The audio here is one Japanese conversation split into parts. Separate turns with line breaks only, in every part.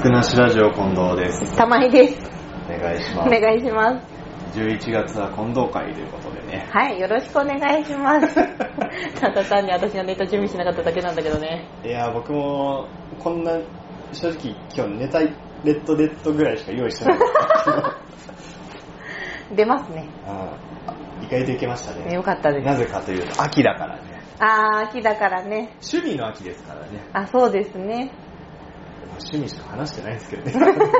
くなしラジオ近藤です。
玉井です。
お願いし
お
ます。
願いします。
11月は近藤会ということでね。
はい、よろしくお願いします。 ただ単に私がネタ準備しなかっただけなんだけどね。
いやー、僕も、こんな、正直今日ネタ、レッドレッドぐらいしか用意してない。
出ますね。
あー意外といけましたね。
よかったです。
なぜかというと、秋だからね。
あー、秋だからね。
趣味の秋ですからね。
あ、そうですね。
趣味しか話してないんですけ どね。趣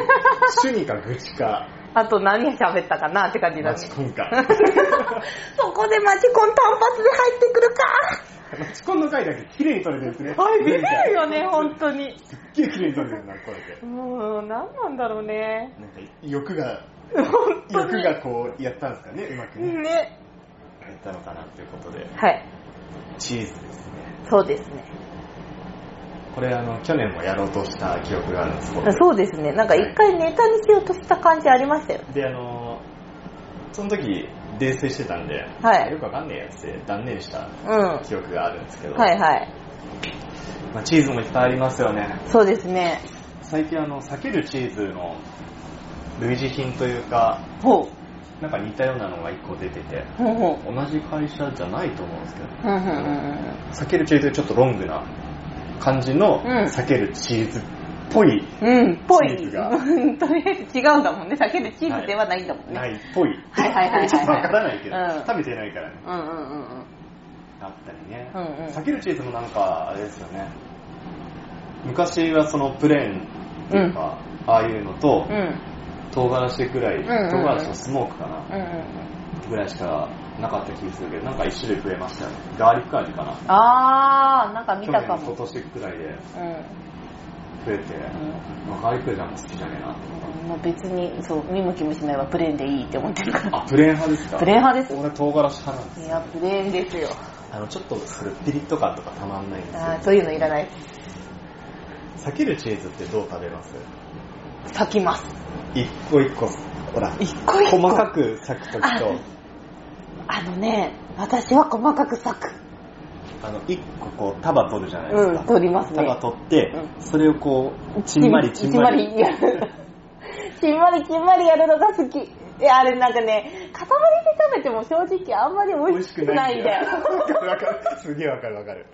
味か愚痴か、
あと何喋ったかなって感じ
マ
だね
チ。コンか。
そこでマチコン単発で入ってくるか
マチコンの回だけ綺麗に撮れてるんですね。
はい、見
前
れる
回
よね、本当に。
すっげえ綺麗に撮れてるな、こうやって。
もう、何なんだろうね。
なんか欲が
本当
欲
に。
がこうやったんですかねうまくね
ね。
やったのかなということで
はい、
チーズですね
そうですね。
これあの去年もやろうとした記憶があるんです僕
そうですね。なんか一回ネタにしようとした感じありましたよね。
であのその時泥酔してたんで、
はい
よくわかんねえやつで断念した
うん。
記憶があるんですけど、
はいはい。
まあ、チーズもいっぱいありますよね
そうですね。
最近あの避けるチーズの類似品というか
ほ
なんか似たようなのが1個出てて
う。ほうほ
同じ会社じゃないと思うんですけど
う。うんうんうん
避けるチーズよりちょっとロングな感じの
うん
避けるチーズっぽい、
うん。うん、ぽい。
チーズが
うんとりあえず違うんだもんね。だけでチーズではないんだもんね。
ないっぽい。
はいはいはいはいはい
ちょっとわからないけど、
うん
食べてないからね。
うんうんうんうん。
あったりね。
うんうん
避けるチーズもなんか、あれですよね。昔はそのプレーンっていうか、ああいうのと、
うん。
唐辛子ぐらい、
んうんうん
唐辛子のスモークかな、
うんうん。
ぐらいしかなかった気がするけど、なんか一種類増えましたよね。ガーリック味かな。
あー、なんか見たか
去年、今
も。
年くらいで
うん。
増えて、
う
まあガーリック味はもう好きじゃねえなって思った
んもう別に、そう、見向きもしないわ。プレーンでいいって思ってるから。
あ、プレーン派ですか
プレーン派です
俺唐辛子派なんです。
いや、プレーンですよ。
あの、ちょっとするピリッと感とかたまんないんですよ。
あーそういうのいらないで
避けるチーズってどう食べます
す。裂きます。
一個一個、ほら、
一個一個
細かく裂くときと、
あのね、私は細かく裂く。
あの、一個こう、束取るじゃないですか。
うん取りますね
束取って、
う
それをこう、ちんまりちんまり。
ちんまりやる。ちんまりちんまりやるのが好き。いや、あれなんかね、塊で食べても正直あんまり美味しくないんだよ。 あの、ちんまり
よ。わかる。 すげえわかるわかる。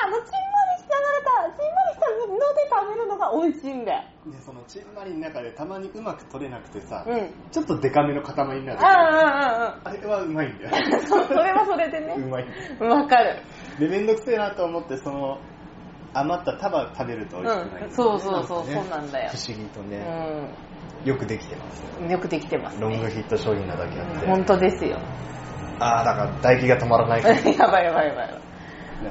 しながらか、ちんまりしたので食べるのが美味しいんだよ。
で、そのちんまりの中でたまにうまく取れなくてさ、
うん。
ちょっとデカめの塊になるじゃん。
あ
あれはうまいんだよ。
うんうんうん。そうそれはそれで
う
ね。
まいんだよ。
わかる。
で、めんどくせえなと思って、その、余った束食べると美味しくない、
うんそうそうそうそうなんだよ
不思議と
う
ね、
ん。
よくできてます。
よくできてます
ロング
ね。
ヒット商品なだけあって。
本当ですよ。
ああ、だから唾液が止まらないから。
やばいやばいやばい。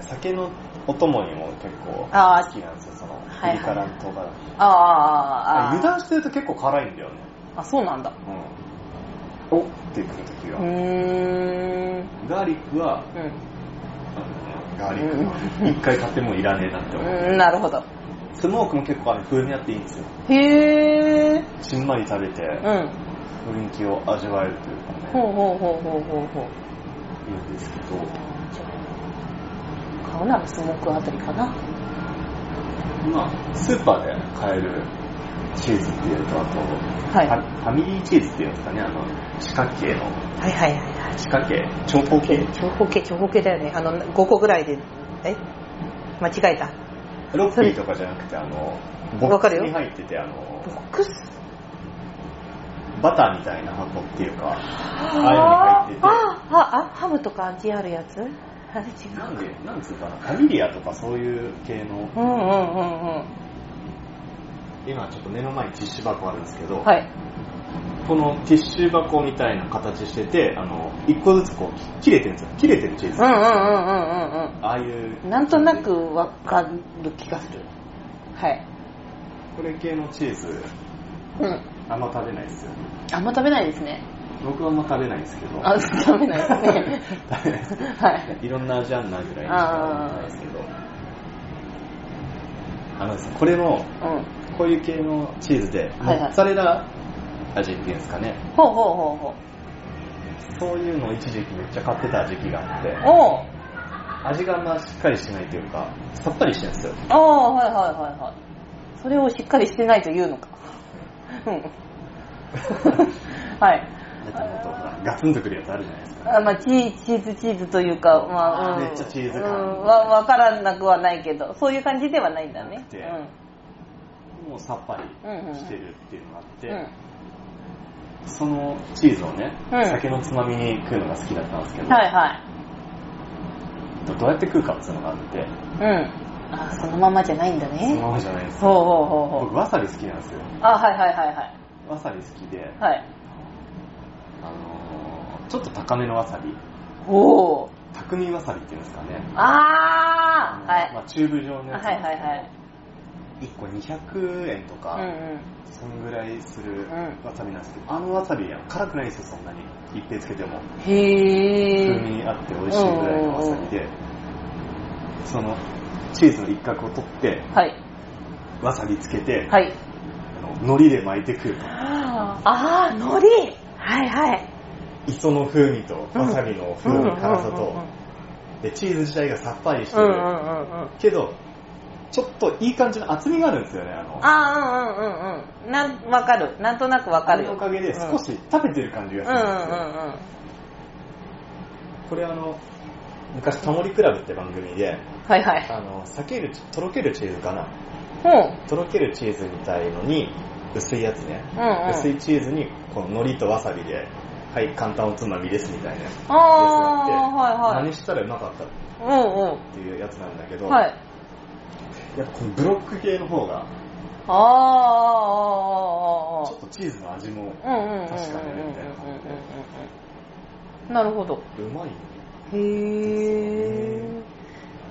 酒のお供にも結構
あー
好きなんですよ、その、
はいは
ピ
い
リ辛と唐辛子。
ああ、ああ、ああ。
油断してると結構辛いんだよね。
あ、そうなんだ。
うん。おってくるとき
う
が。
ーん。
ガーリックは、
う
あのガーリックは 一回買ってもいらねえなって思う。
ん。うん、なるほど。
スモークも結構あれ、風味あっていいんですよ。
へー。
しんまり食べて、
うん。
雰囲気を味わえるというかね。
ほうほうほうほうほうほう。
いいんですけど、
買うならスモークあたりかな。
まあ、スーパーで買えるチーズっていうと、あと、
はい
ファファミリーチーズっていうんですかね、あの、四角形の、
はいはいはいはい。
四角形、長方形、
長方形、長方形だよね。あの、5個ぐらいで、え間違えた。
ロッキーとかじゃなくて、あの、ボ
わ
ック
か
ス
るよ
に入ってて、あ
ボ
の、
ックス
バターみたいな箱っていうか、ああ
あ
いうのに入って
ー
て、
あー、あ、あ、ハムとかアンチあるやつあれ違う
な
か
ん。で、なんつうかな、ファミリアとかそういう系の、
うんうんうんう
今ちょっと目の前にティッシュ箱あるんですけど、
ん。はい。
このティッシュ箱みたいな形してて、あの、一個ずつこう、切れてるんですよ。切れてるチーズ。
うん
あ
うんうんうんうん
あいう
うん。、なんとなくわかる気がする。はい。
これ系のチーズ、
うん。
あんま食べないですよ。
あんま食べないですね。
僕はあんま食べないんですけど。。
あ、食べないですね
食べないです けど
はい。
いろんな味あんなぐらいにしか食べないですけど。あのですね、これの、
うん。
こういう系のチーズで、モ
はいはい
ッツァレラ味っていうんですかね。
ほうほうほうほう。
そういうのを一時期めっちゃ買ってた時期があって、
おう
味があんましっかりしないというか、さっぱりしてるんですよ。
おうはいはいはいはい。それをしっかりしてないと言うのか。 うん。はい。
だってもっとほらガツンとくるやつあるじゃないですか。
あまあ、チーチーズチーズというか、まあ、うん、
めっちゃチーズ
うん、
感
わわからなくはないけど、そういう感じではないんだね
なく。てもうさっぱりしてるっていうのがあっ
う
て、
ん。うん
そのチーズをね、
うん
酒のつまみに食うのが好きだったんですけど、
はいはい。
どうやって食うかっていうのがあって、
うん。あ、そのままじゃないんだ
その
ね。
ままじゃないんです
ほう
よ。
ほうほうほう
僕、。わさび好きなんですよ。
あ、はいはいはいはい。
わさび好きで、
はい。
あのーちょっと高めのわさび、
おー。
匠わさびっていうんですかね。
あー。は
まあ
い。、
チューブ状のやつ
はいはいはい。
1個200円とか、
うんうん。
そんぐらいする
うん
わさびなんですけど、あのわさびは辛くないんですよ、そんなに。一平つけても。
へ
風
ー。
味あって美味しいぐらいのわさびで、そのチーズの一角を取って、
はい。
わさびつけて、
はい。
あの海苔で巻いて食うと。
あー、海苔はいはい。
磯の風味とわさびの風味、辛さ
うんうんうんうん
と、でチーズ自体がさっぱりして
うんう
る。
んうんうん。
けど、ちょっといい感じの厚みがあるんですよね、あの。
あー、うんうんうんうん。なん、わかる。なんとなくわか
あ
る
れ
よ。
のおかげで少し食べてる感じ
う
が
ん。
す
う
る
ん
ん
う
ですよ。
んうん。
これあの、昔、タモリクラブって番組で、
はいはい。
あの、裂ける、とろけるチーズかな。
うん。
とろけるチーズみたいのに、薄いやつね。
うんうん。
薄いチーズに、この海苔とわさびで、はい、簡単おつまみですみたいなやつ
あ
があって、
あ、はいは
真
い
似。したらうまかったっ
うん
ていうやつなんだけ
う
ど、
ん。はい。
やっぱこのブロック系の方が、
あーあ
ちょっとチーズの味も、
ー、あーあー、うんうんうんうんうんうんうん
確かにねみたいな感じ
うん。なるほど。
うまいよね。
へー。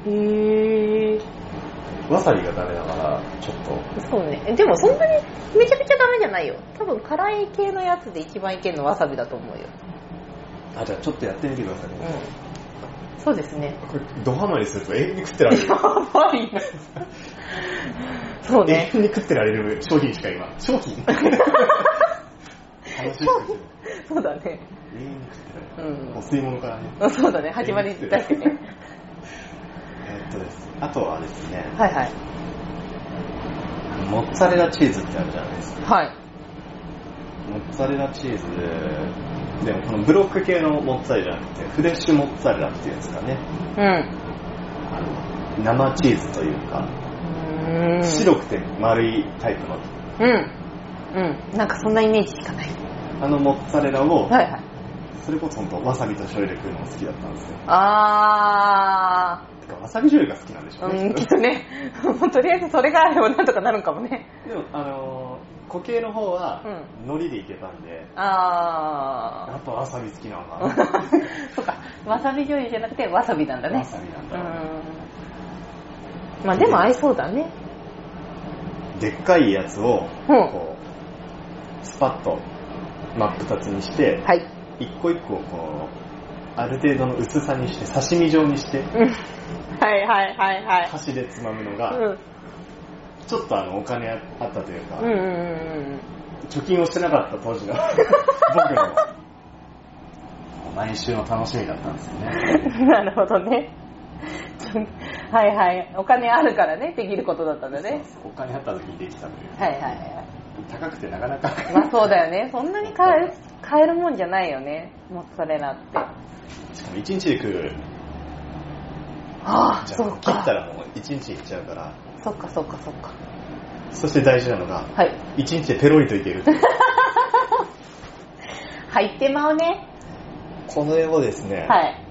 へー。
わさびがダメだから、ちょっと、
そうね。えでもそんなにめちゃめちゃダメじゃないよ。多分辛い系のやつで一番いけるのわさびだと思うよ。
あ、じゃあちょっとやってみてください、ね
うん。そうですね。
これ、ドハマりすると永遠に食ってられ る
や。ばいな。そうね。
永遠に食ってられる商品しか今。商 品楽しいですよ。
そうだね。
永遠に食ってられる。
うん
お吸い物からね。
あそうだね。始まり、確かに。
えーっとです。あとはですね、
はいはい。
モッツァレラチーズってあるじゃないですか。
はい。
モッツァレラチーズ、でもこのブロック系のモッツァレラじゃなくて、フレッシュモッツァレラっていうんですかね。
うん。
あの、生チーズというか、
うーん
白くて丸いタイプの、
うん。うん。なんかそんなイメージしかない。
あのモッツァレラを、
はいはい。
それこそ本当わさびと醤油で食うのが好きだったんですよ。
あ
てかわさび醤油が好きなんでし
ー。
ょうね。
うん、きっとね。 もうとりあえずそれがあればなんとかなるんかもね。
でも、あのー固形の方は
うん、
海苔でいけたんで、や
あ
っぱわさび好きなのかな。
ー。そうか。わさび醤油じゃなくてわさびなん だ
わ
ね。
さびなん
う
だろうね、
ん。まあでも合いそうだね。
でっかいやつを、
うん
こう、スパッと真っ二つにして、
はい。
一個一個をこう、ある程度の薄さにして、刺身状にして、
うん。はいはいはいはい。
箸でつまむの
う
が、
ん。
ちょっとあの、お金あったというか、
うんうんうん
貯金をしてなかった当時の僕の、毎週の楽しみだったんですよね。
うん。 なるほどね。はいはい。お金あるからね、できることだったんだね。
そうそうお金あった時にできたという。
はいはいはい。
高くてなかなか。
まあそうだよね。そんなに買える、買えるもんじゃないよね。モッツァレラって。あ
しかも一日で食う。
あ、
じゃあ
そう
切った
か。
らもう一日いっちゃうから。
そっかそっかそっか。
そして大事なのが、
はい。
一日でペロリといける。
入ってまうね。
この絵をですね、
はい。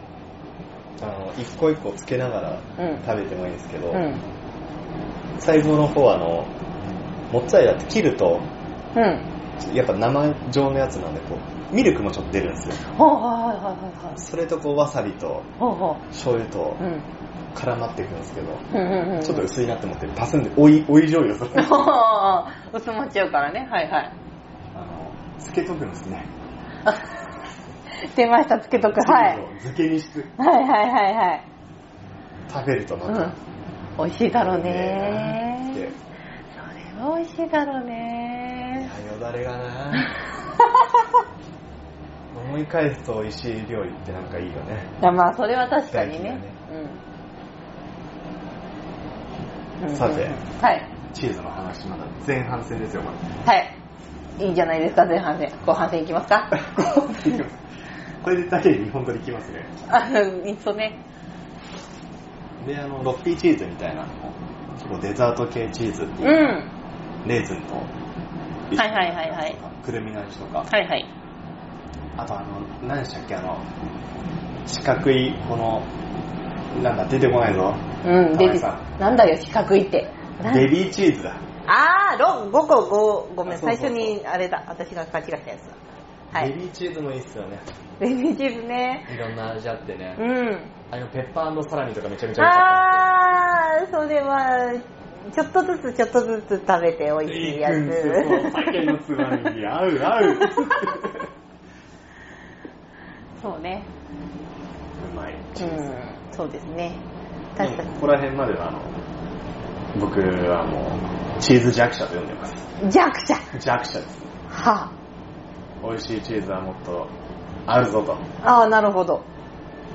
あの、一個一個つけなが
うん
ら食べてもいいんですけど、
うん。
最後の方はあの、もっつァレラって切ると、
うん。
やっぱ生状のやつなんで、こう、ミルクもちょっと出るんですよ。
ほうはいはいはいはい。
それとこう、わさびと
ほうほ
醤油と
う。うん。
絡まっていくんですけど、
うんうんうん。
ちょっと薄いなって思って、パスンで、おい、おい醤油を それ。
ほうほうほう薄まっちゃうからね。はいはい。
あの、漬けとくんですね。
あ出ました、つけとく。はい。
漬けにして
はいはいはいはい。
食べるとまた、
うん。美味しいだろう
いいなー
ね
って。
それは美味しいだろうね。
いやよだれが な思い返すと美味しい料理ってなんかいいよね
いやまあそれは確かにね。
大事だね
うん。
さて
はい。
チーズの話まだ前半戦ですよ、これ。
はい。いいじゃないですか、前半戦。後半戦いきますか
これで大体日本語できますね。
あの、いっそね。
で、あの、ロッピーチーズみたいなのも、結構デザート系チーズって
う
い
ん。
う、
は
レーズンと、
いはいはいはい。
くるみの味とか、
はいはい。
あとあの、何でしたっけ、あの、四角い、この、なんだ、出てこないぞ。
うん、
河
デ
合
ビ
さ
なんだよ、四角いって。なん
ベビーチーズだ。
あー、ロ、5個、ごごめ
あ
ん、
そうそう
最
そう
初にあれだ、私が勘違いしたやつだ。は
ベ
い。
ビーチーズもいいっすよね。
ベビーチーズね。
いろんな味あってね
う。ん。
あの、ペッパーサラミとかめちゃめちゃ美味しかっ
あー、それは、ちょっとずつちょっとずつ食べて
た。
美味しいや
いんですよそう酒のつまみ
つ。
に合う合 う。
そうね。
うまい。
うん、そうですね。
でも
確かに。
ここら辺まではあの、僕はもう、チーズ弱者と呼んでます。
弱者
弱者です。
は
美味しいチーズはもっとあるぞと。も
あ、あーなるほど。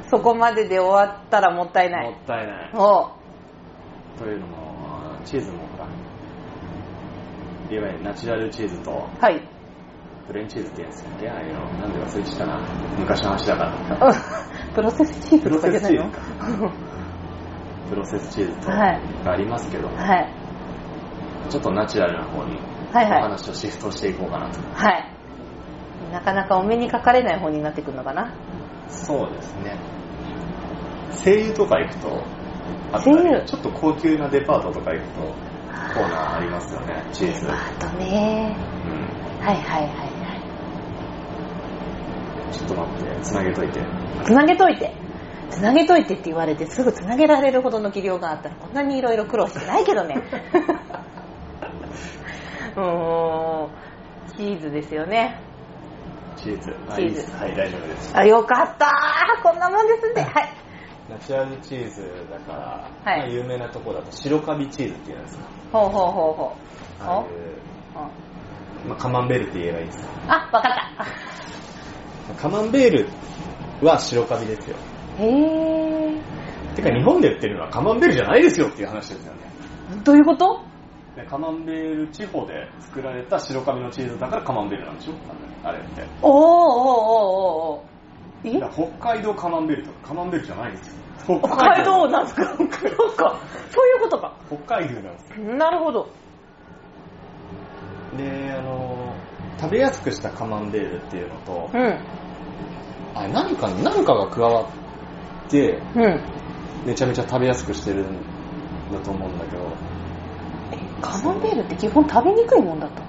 そこまでで終わったらもったいない。
ったいない。
おう
というのも、チーズもほら、いわゆるナチュラルチーズと
はい。
フレンチチーズって言うんですよね。いや、あのなんで忘れちゃったな。昔の話だから。
うんプロセスチーズとかじゃないの
プロセスチプロセスチーズと
はい
がありますけど、
はい。
ちょっとナチュラルな方に
はい
お
はい。
話をシフトしていこうかなと。
はい。なかなかお目にかかれない方になってくるのかな。
そうですね。声優とか行くと、あと
声優
ちょっと高級なデパートとか行くと、コーナーありますよね、チーズ。
あとね、
うん。
はいはいはい
ちょっと待って、つなげといて。
はい。つなげといて。つなげといてって言われてすぐつなげられるほどの技量があったらこんなにいろいろ苦労してないけ どね。うーん、チーズですよね。
チーズ。あ
チーズ
いいですはい、大丈夫です。
あ、よかったーこんなもんですんで。はい。
ナチュラルチーズだから、
はい
まあ有名なとこだと白カビチーズっていうんですか。
ほうほうほうほう。
ああ
ほ
いう
うん
まあ、カマンベールって言えばいいです。
あ、わかった。
カマンベールは白カビですよ。
へえ。
てか日本で売ってるのはカマンベールじゃないですよっていう話ですよね。
どういうこと
でカマンベール地方で作られた白髪のチーズだからカマンベールなんでしょあれって。
おーおーおーおーおー
だから北海道カマンベールとかカマンベールじゃないですよ。北
北海道なんですかそっか、そういうことか。
北海道なんですよ。
なるほど。
で、あのー、食べやすくしたカマンベールっていうのと
う、ん、
あれ何か、何かが加わって、
うん。
めちゃめちゃ食べやすくしてるんだと思うんだけど、
え、カマンベールって基本食べにくいもんだった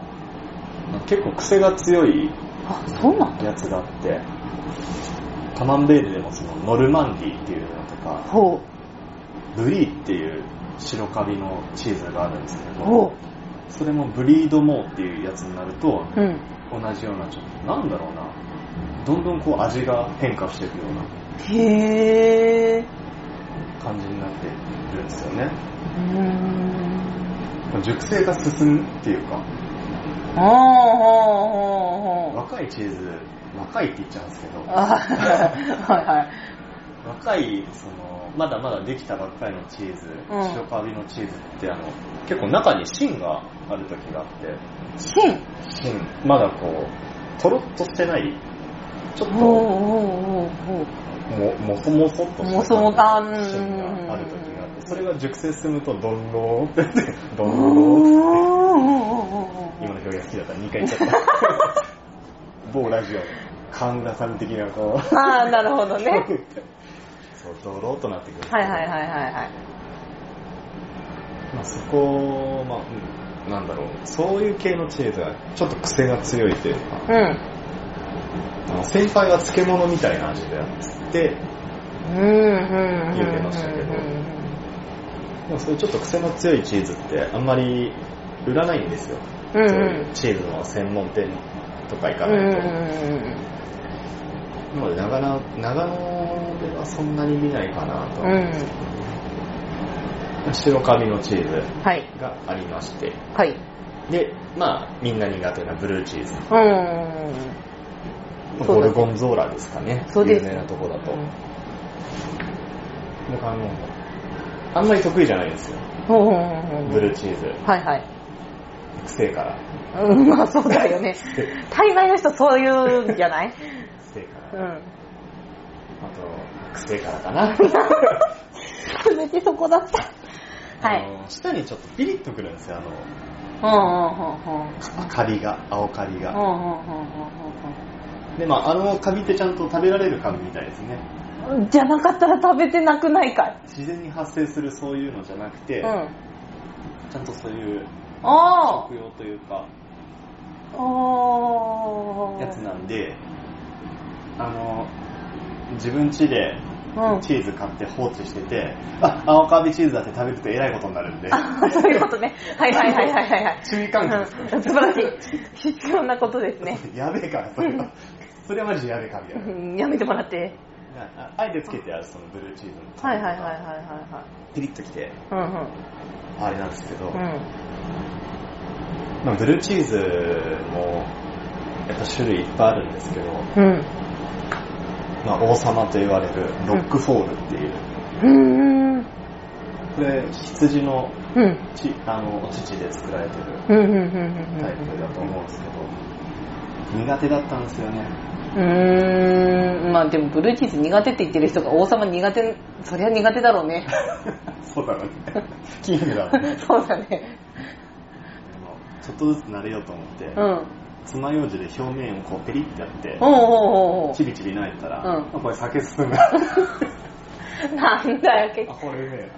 結構癖が強い
あ、そうなんだ。
やつがあって、カマンベールでもそのノルマンディっていうのとか、
ほ
ブリーっていう白カビのチーズがあるんですけ
う。
ど、
ほ
それもブリードモーっていうやつになると、
う。うん。
同じような、ちょっと、なんだろうな、どんどんこう味が変化していくような
へえ。
感じになっているんですよね。
うーん。
熟成が進むっていうか、
ほうほうほうほう。
若いチーズ、若いって言っちゃうんですけど、
あはいはい。
若い、その、まだまだできたばっかりのチーズ、
うん
白カビのチーズって、あの、結構中に芯がある時があって、
芯
芯、まだこう、とろっとしてない、ちょっと、
ほう
も、
ほうほうほ
もそもそっとした
もそもかうん
芯がある時があって、それが熟成すると、どんろーって、どんろーって、
う。
今の表現好きだったら2回言っちゃ った。某ラジオ、神田さん的なこう、
ああ、なるほどね。
そう、ドローっとなってくる。
はいはいはいはいはい。
まあ、そこ、まあ、うんなんだろう、そういう系のチーズはちょっと癖が強いというか、
うん。
あの先輩は漬物みたいな味であって、
うんうんうん
言ってましたけどでもそういうちょっと癖の強いチーズってあんまり売らないんですよ。
うんうん
そういうチーズの専門店とか行か
うんうん
な
う
いと。
ん
なので長野、長野ではそんなに見ないかなと
うん
思
う
うん
ん
ですけど。白髪のチーズ
はい
がありまして、
はい
で、まあみんな苦手なブルーチーズ。
うん
ゴルゴンゾーラですかね。
そうです
有名なとこだと。僕あの、あんまり得意じゃないんですよ。
ほうほうほうほう
ブルーチーズ。
はいはい。
癖から。
うん、まあそうだよね。大概の人そういうんじゃない
癖か
う
ら。あ
ん。
と、癖からか な。
全てそこだった。は
あ
い。
の舌にちょっとピリッとくるんですよ、あの、
うんうんうんうん。
カビが、青カビ
うんう
が。
ん
で、まああのカビってちゃんと食べられるカビみたいですね。
うんうん。じゃなかったら食べてなくないかい。
自然に発生するそういうのじゃなくて、
うん。
ちゃんとそういう
あ
食用というか、
あ。ああ。
やつなんで、あの、自分家で
うん。
チーズ買って放置してて、あ、青カビチーズだって食べるとえらいことになるんで、
あそういうことね。はいはいはいは いはいはい。
注意喚起ですから
うん素晴らしい。必要なことですね。
やべえから、それは。それはマジやべえかみたいな。
うんやめてもらって。
ああえてつけてあるそのブルーチーズの。
はいはいはいはいは
ピリッときて、
いはい。
あれなんですけど、
うんうん。うん。
まあブルーチーズも、やっぱ種類いっぱいあるんですけど、
うん。
まあ王様と言われるロックフォールっていう、
うん。うん。
これ羊の
うん。
ちあのお乳で作られてる
うん。うん。うん。
タイプだと思うんですけど、苦手だったんですよ ね。
うん。まあでもブルーチーズ苦手って言ってる人が王様苦手、そりゃ苦手だろう ね。
そう だろうね。キングだもんね。
そうだね。
ちょっとずつ慣れようと思って、
うん。
爪楊枝で表面をこうペリッてやって、
おうおうおうお
チビチビ泣いたら、
うん
あこれ酒進 むな。
う。なんだよ、結
あ
構。
これうめえ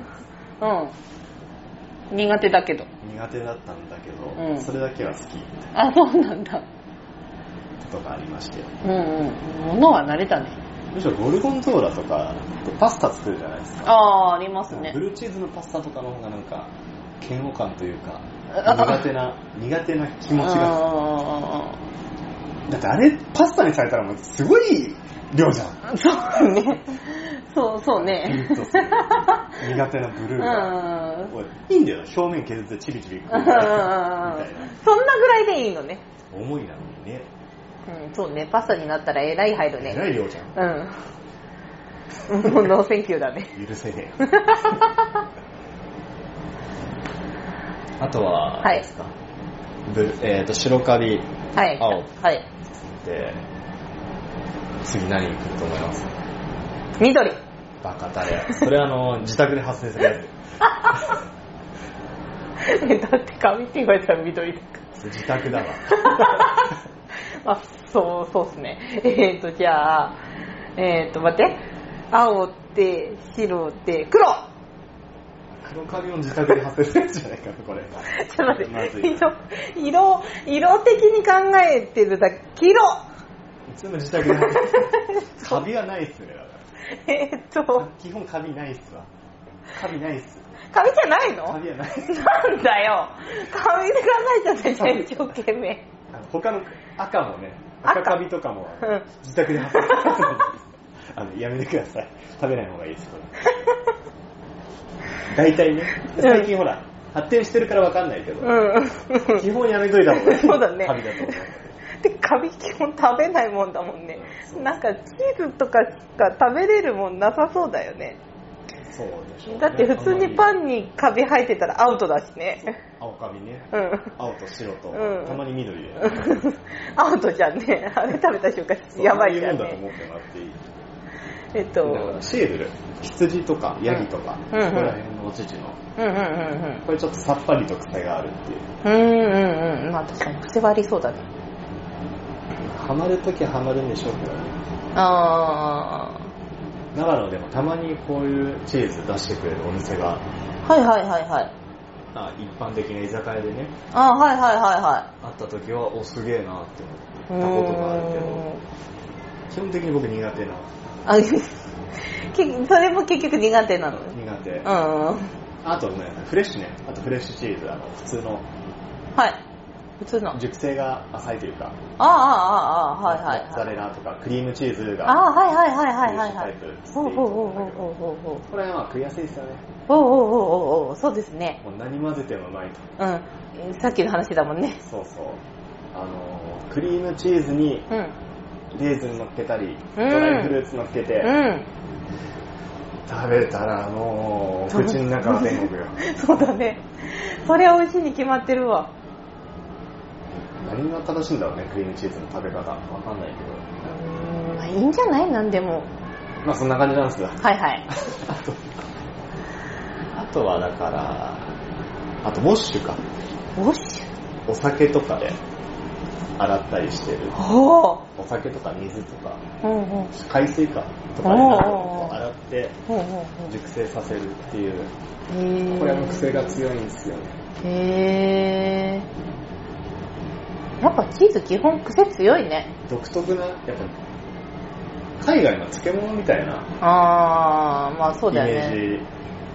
うん。苦手だけど。
な苦手だったんだけど、
うん
それだけは好きって
あ、そうなんだ。
ことがありまして。
うんうん。物は慣れたね。
むしろゴルゴンゾーラとかってパスタ作るじゃないですか。
ああー、ありますね
ブ。ルーチーズのパスタとかの方がなんか、嫌悪感というか、
あ
苦手な、苦手な気持ちが
が。
だってあれ、パスタにされたらもうすごい量じゃん。
そうね。そう、そうね。
そうそう苦手なブ
う
ル
ん。
ー
うん
が。おいいいんだよ、表面削ってチビチビ食う
そ
み
ん
たい
な
な。
ぐらいでいいのね。
重いなのにね。
うん、そうね。パスタになったらえらい入る
え
ね。
らい量じゃん。
うん。もうノーセンキューだ ね。
許せねえよ。あとは、
はい。
ブルえーと、白カビ
はい。
青
はい。
で、次何来ると思います
緑。
バカタレ。それあの、自宅で発生するや
えだって髪って言われたら緑だから。
つ。自宅だわ。
まあ、そう、そうっすね。えーと、じゃあ、えーと、待って。青って、白って、黒
黒カビも自宅で発生するんじゃないかと、これ。
ちょっと
ま
待
ず
っ
い
て、色、色、色的に考えてるだけ、黄色
いつも自宅で発生する。カビはないっすね、だか
えーっ
ら
と、
基本カビないっすわ。カビないっす。
紙じゃないの
カビはないっす。
なんだよ紙で考えちゃってね、一生懸命。
あの他の赤もね、
赤
赤カビとかも
うん
自宅で発生するやつなんです。 あの、やめてください。食べない方がいいです、これ。 大体ね、最近ほら、発展してるからわかんないけど、
うん。
基本やめといた方がいい。
そうだね
カビだと思う。
で、紙基本食べないもんだもんね。なんか、チーズとかしか食べれるもんなさそうだよね。
そうでしょうね。
だって普通にパ
ン。
ンにカビ生えてたらアウトだしね。
青カビね。
うん。
青と白と、
うん
たまに緑で。
アウトじゃんね。あれ食べた瞬間、 やばいじゃん
そういうもんだと思
ね。
ってもらっていい。
えっ
だか
と
ら、シエルル、羊とかヤギとか、
うんうん
そこら辺のお乳の、
うんうんうんうん。
これちょっとさっぱりと癖があるっていう。
うんうんうん。まあ確かに癖はありそうだね。
ハマるときはハマるんでしょうけどね。
あ
長野でもたまにこういうチーズ出してくれるお店が、
ー。はいはいはいはい。
あ一般的な居酒屋でね、
あーはいはいはいは
あったときは、お、すげえなって
い。
思ったことがあるけ
うー
ど
ん、
基本的に僕苦手な、
あ、 結それも結局苦手なのね。
苦手
う。ん。はい。
あとね、フレッシュね。あとフレッシュチーズ、あの、普通の、
普通の。あー
熟成が浅いというか、
あーあーあー、はいは
モッツァ
いは
レ
い。
ラとかクリームチーズが、
あーはいはいはいはいはいは
フレッシュタイプ
い。
って
ほう
いう
ほう
こ
ほう
と
ほ
だけど
うほうほうほう。
これはまあ食いやすいですよね。
ほうほうほうほうほう、そうですね。
もう何混ぜてもうまいと。
うん。さっきの話だもんね。
そうそう。あのー、クリームチーズに
うん。
レーズン乗っけたり、
うん
ドライフルーツ乗っけて、
うん。
食べたらもう、口の中は天国よ。
そうだね。それは美味しいに決まってるわ。
何が正しいんだろうね、クリームチーズの食べ方。わかんないけ
う
ど。
ーん、まあいいんじゃないなんでも。
まあそんな感じなんですが。
はいはい。
あと、あとはだから、あとウォッシュか。
ウォッシュ
お酒とかで洗ったりしてる。
お
お酒とか水とか、
ーうんうん。
海水かとかで
おー
こう洗って
ほうほう
熟成させるっていう。
ほう。へー
これも癖が強いんですよね。
へーやっぱチーズ基本癖強いね。
独特な、やっぱ、海外の漬物みたいな
あー、まあそうだよ
イ
ね。
メー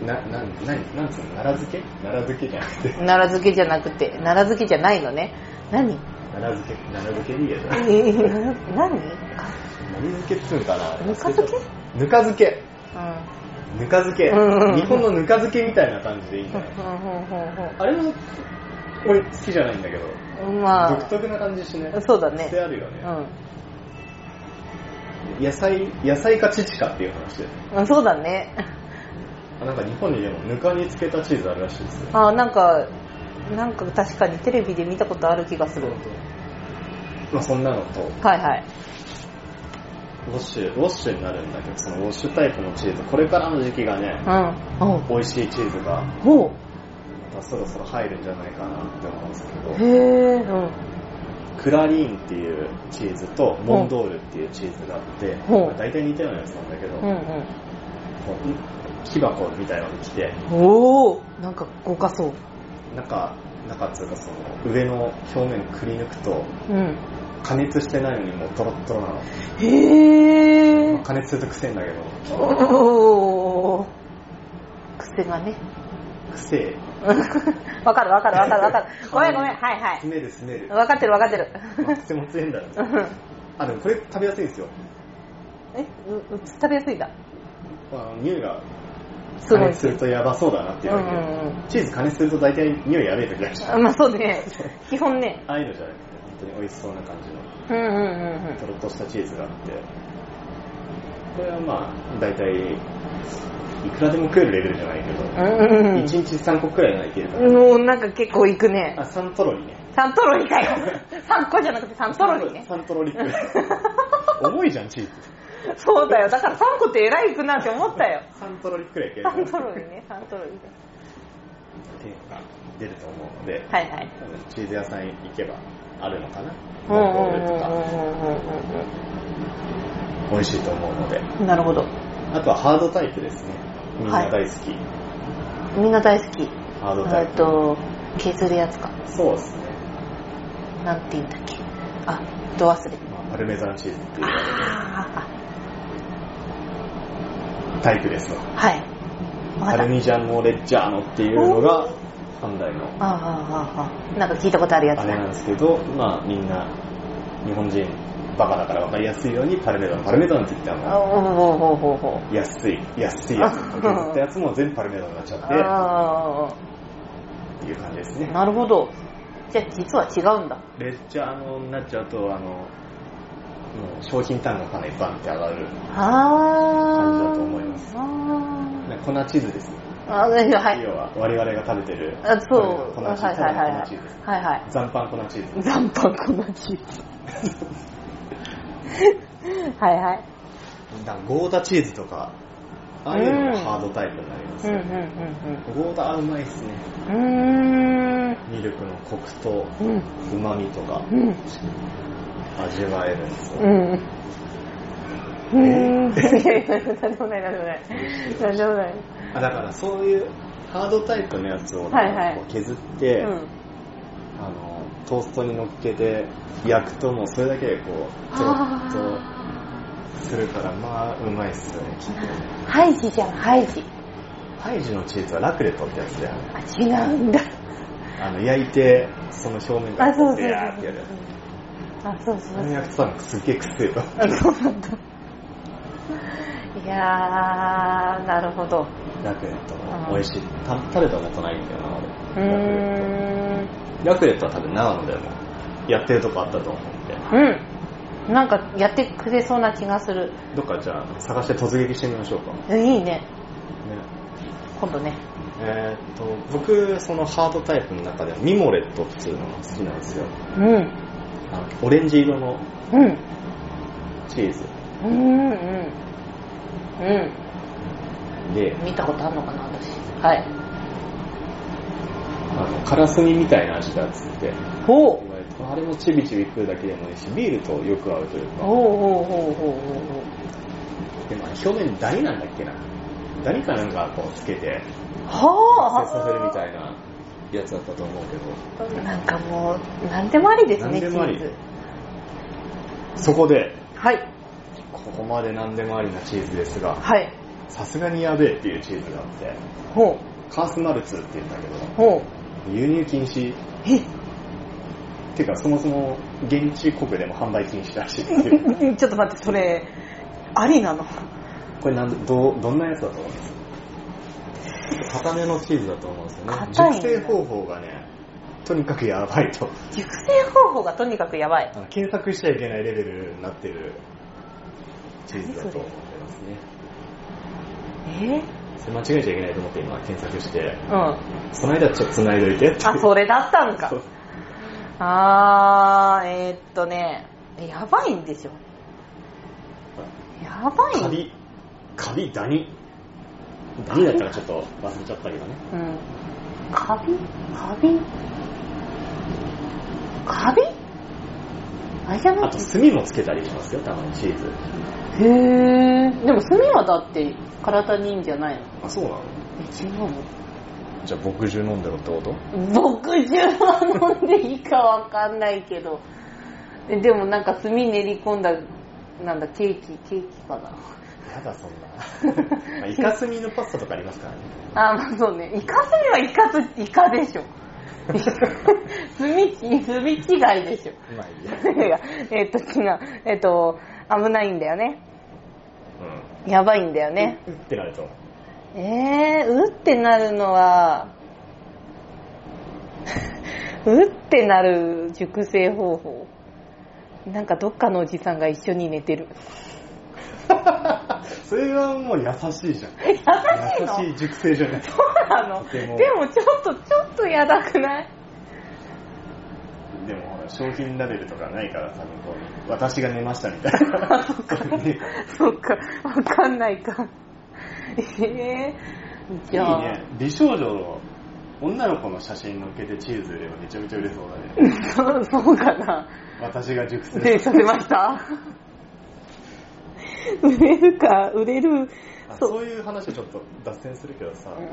ジ、な、な、なに、なんつうの、奈良漬け奈良漬けじゃなくて、
奈良漬けじゃなくて、奈良漬けじゃないのね。何
奈良漬け、奈良漬けでいいやつ。
え
何
ー何
漬けっつうんかな
ぬか漬け
ぬか漬け。
うん。
ぬか漬け
うんうんうん。
日本のぬか漬けみたいな感じでいいんじ
ほ
ゃ
う
ない
ほうほうほう
あれも、俺好きじゃないんだけど、
ま
独特な感じしね
あ、。そうだね。
癖あるよ
う
ね。
ん
野菜、野菜かチチかっていう話で。
うん。そうだね。
あなんか日本にでもぬかに漬けたチーズあるらしいですよ。
あ、なんか、なんか確かにテレビで見たことある気がする。
まあそんなのと、
はいはい。
ウォッシュ、ウォッシュになるんだけど、そのウォッシュタイプのチーズ、これからの時期がね、
うん。おう
美味しいチーズが、ま
ほう。
あ、そろそろ入るんじゃないかなって思うんですけ
へ
ど、
え。うん。
クラリーンっていうチーズと、モンドールっていうチーズがあって、
ほう
まあ大体似たようなやつなんだけど、
う
こ
んうん。
う木箱みたいなのに来て、
おおなんか豪華そう。
中、中っつうかその、上の表面くり抜くと、
うん。
加熱してないのにもうドロッドロなの。
へ
まあ加熱すると癖んだけど、
おお癖がね。
癖、
わかるわかるわかるわかる。ごめんごめん。はいは
す
い。
ねるすねる。
わかってるわかってる。
まあ癖も強いんだろう
う
ね。
ん
あ、でもこれ食べやすいんですよ。
え、うう食べやすいんだ。
まあ、匂いが
す
加
ごい。
熱するとやばそうだなっていう
う
わけ
んうんうん。
チーズ加熱すると大体匂いやべえ時だし
あまあそうね。基本ね。
ああいうのじゃなくて本当に美味しそうな感じの
うんうんうんうん。
とろっとしたチーズがあってこれはまあ大体いくらでも食えるレベルじゃないけど、
うんうんう
1
ん
日3個くらいならいけるから、
もうなんか結構いくね
あ。3トロリね
三トロリかよ。三個じゃなくて三トロリね。
3トロリくらい 重いじゃんチーズ
そうだよ。だから三個って偉いくなって思ったよ。
3トロリくらいいけるから
三
って
トロリね、三トロリね。
いうのが出ると思うので、
はいはい。
チーズ屋さん行けばあるのかな
うんうん
モンゴルとか
うんうんうんうん
美味しいと思うので
うん。なるほど。
あとはハードタイプですね。みんな大好き。
みんな大好き。
ハードタ
え
イ
っ
プ。
と、削るやつか。
そうですね。
なんて言うんだっけ。あ、ど忘れ。
まあパルメザンチーズっていう
あ
タイプですわ
あ、はい。わ
パ
か
ル
った。
ミジャーノ・レッジャーノっていうのが、本来の
ああ、ああ、ああ。なんか聞いたことあるやつ
あれなん
だ。
ですけど、まあみんな、日本人、バカだから分かりやすいようにパルメザン、パルメザンって言った
あ
の。
おおおおおお
安い、安いやつ。削ったやつも全部パルメザンになっちゃ
あ
って、っていう感じです
あ、
ね。
なるほど。じゃあ実は違うんだ。
レッジャーノになっちゃうと、あの、もう商品単価がね、バンって上がる。
ああ。
感じだと思います
あ
粉チーズですね。
あ。ああ、いやはい。
要は我々が食べてる
あそう。
粉
はい
チー
はい
ズ、
はいはい
粉チーズ。
はいはい。
残飯粉チーズ
残飯粉チーズ。は い はい。
だからゴーダチーズとかああいうのがハードタイプになります、
うんうん
ゴーダはうまいですね
うんうん。う
ミルクのコクと
ーん。
うまみとか
うん。
味わえるんですよ、
うん。うん。うん。いやいや、なんでもない、なんでもない。なんでもない。
あだからそういうハードタイプのやつをなんか
はいはい
こう削って、
うん。
あのトーストに乗っけて焼くともうそれだけでこうとろっと
あ
するからまあうまいっすよねきっと
ーハイジじゃん、ハイジ。
ハイジのチーズはラクレットってやつで
あ、違うんだ。
あの焼いてその表面
あ、
が
そうそう
ベ
そう
ヤーってやるやつ
あ、そうそう
あ
そう
れ。焼くと多分すっげえくっついと
あそうなんだ。いやー、なるほど。
ラクレット
うん
も美味しいた食べたことないんだよな
う
俺
ーん。
ラクレットは多分長野でもやってるとこあったと思うんで
うん。なんかやってくれそうな気がする。
どっかじゃあ探して突撃してみましょうか
いいね。今度ね。
えーっと、僕、そのハードタイプの中ではミモレットっていうのが好きなんですよ。
うん。
あのオレンジ色の
うん。
チーズ
うんうん。う
で
ん。、見たことあんのかな、私。はい。
あのカラスミみたいな味だっつって、
ほう。
あれもちびちび食うだけでもいいし、ビールとよく合うというか、
ほうほうほうほうほうほう。
でまあ表面ダニなんだっけな。ダニかなんかこうつけて、
はあ。
発生させるみたいなやつだったと思うけど、
なんかもう、なんでもありですね、
なんでもあり
チーズ
そこで、
はい。
ここまで何でもありなチーズですが、
はい。
さすがにやべえっていうチーズがあって、
ほ
カースマルツって言うんだけど、
う。ほう。
輸入禁止
え
っていうかそもそも現地国でも販売禁止らしいっていう
うんちょっと待って、それ、ありなの
これなんどうどんなやつだと思います硬めのチーズだと思うんですよね
硬いん
熟
だ
成方法がねとにかくやばいと
熟成方法がとにかくやばい。
あの検索しちゃいけないレベルになってるチーズだと思ってますね
え
それ間違えちゃいけないと思って今検索して
うん。
その間ちょっと繋いどいてって
あ、それだったのか
そう。
あー、えーっとね、やばいんでしょ。やばい
カビカビダニダニだったらちょっと忘れちゃったけどね
うん。カビカビカビあれじゃな
あ
い
と炭もつけたりしますよたまにチーズ
へー。でも炭はだって体にいいんじゃないの
あそうなの
え、違うの
じゃあ牧汁飲んでろってこと
牧汁は飲んでいいかわかんないけどえでもなんか炭練り込んだなんだケーキケーキかな
やだそんなまあイカスミのパスタとかありますからね
あまあそうねイカ炭はイカつイカでし ょ炭ち炭違いでしょ
まあいいや
いやえっと違うえっと危ないんだよねやばいんだよね
うん打ってなると
えー、うってなるのはうってなる熟成方法なんかどっかのおじさんが一緒に寝てる
それはもう優しいじゃん
優しいの
優しい熟成じゃない
そうなの
と
で
ても
もちょっとちょっとやだくない
でもほら商品ラベルとかないから多分こう私が寝ましたみたい なね
そっかわかんないかえ
い
ー、
い
じゃあ
ね美少女の女の子の写真載っけてチーズ入ればめちゃめちゃ売れそうだ ね
そうそうかな
私が熟成
失礼させました売れるか売れる
あ
そう
そういう話はちょっと脱線するけどさ、
うん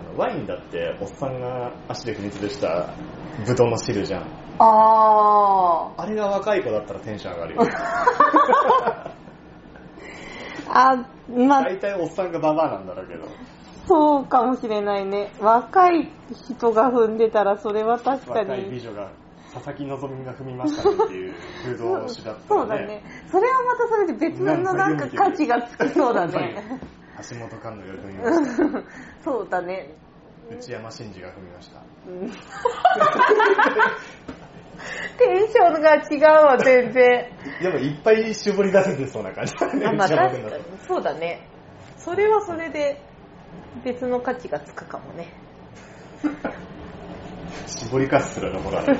あのワインだっておっさんが足で踏み潰したブドウの汁じゃん
あー
あれが若い子だったらテンション上がる よ
あ、まあ、
大体おっさんがババアなんだろうけど
そうかもしれないね。若い人が踏んでたら、それは確か
若い美
に。
女が佐々木希が踏みましたねっていうブドウの汁だった
そう
ら
だ
ね
ね。それはまたそれで別のなんか価値がつきそうだね。
橋本環奈が踏みました
そうだね。
内山真二が踏みました
うん テンションが違うわ、全然。
でもいっぱい絞り出せてそうな感じだね
あまあ
内山
確
君だ
か
と
に。そうだね。それはそれで別の価値がつくかもね。
絞りかすすら残らない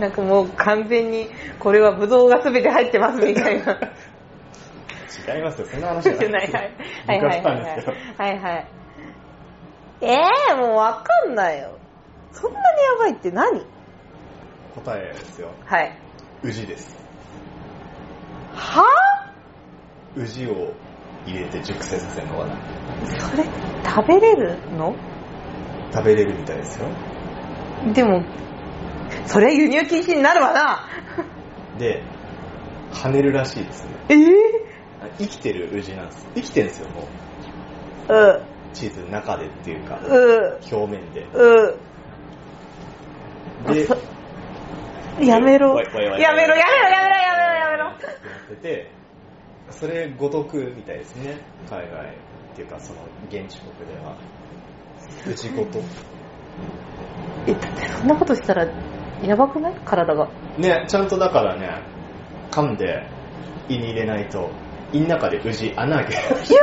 なんかもう完全に、これはブドウが全て入ってますみたいな。
違いますよそんな話
は
じ
い
ゃ
は
ない
いはい。はい
僕が
は
し
い
たんですけど
はいはい。ええもうわかんないよ。そんなにやばいって何
答えですよ
はい。
宇治です
は
宇治を入れて熟成させるのは
それ、食べれるの
食べれるみたいですよ
でも、それ輸入禁止になるわな。
で跳ねるらしいですね
ええ
生きてる宇治なんです生きてるんですよもう
うん、
チーズの中でっていうか
うん、
表面で
うん。
で
あそやめろ。
わい
や
わいわ
めろ、
い
やめろ、やめろ、やめろ、やめろ。
ってなっててそれごとくみたいですね海外っていうかその現地国ではうちごと
え、だってそんなことしたら、やばくない体が。
ねちゃんとだからね噛んで胃に入れないと胃の中で宇治穴開ける
やだ、ちょ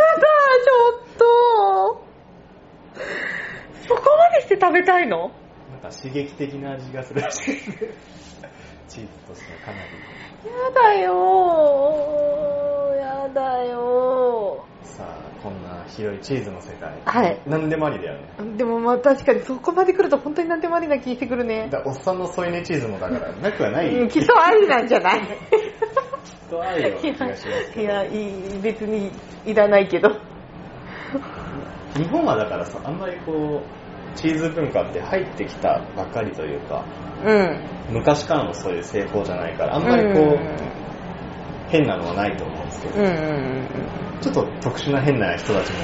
っと。して食べたいの
なんか刺激的な味がするらしい。チーズとしてはかなり。
やだよーやだよ
さあ、こんな広いチーズの世界。
はい
何でもありだよね。
ーでもまあ確かにそこまで来ると本当に何でもありな気してくるね。
だおっさんの添い寝チーズもだから、なくはない。
うん、
き
き
っ
っとありなんじゃない
とあるような気がします
い
けど。
や、いい別にいらないけど。
日本はだからさ、あんまりこう、チーズ文化って入ってきたばかりというか、
うん。
昔からのそういう成功じゃないから、あんまりこう、変なのはないと思うんですけど
う、んうん
ちょっと特殊な変な人たちも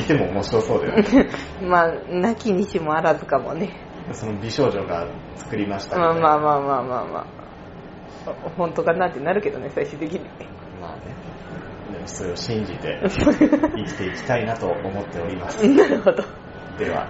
いても面白そうだよ ね。
うん。まあ、なきにしもあらずかもね。
その美少女が作りましたみ
ま
たい
あ
な。
まあまあまあまあまあ。本当かなってなるけどね、最終的に。
まあね。でもそれを信じて生 きていきたいなと思っております。
なるほど。
では。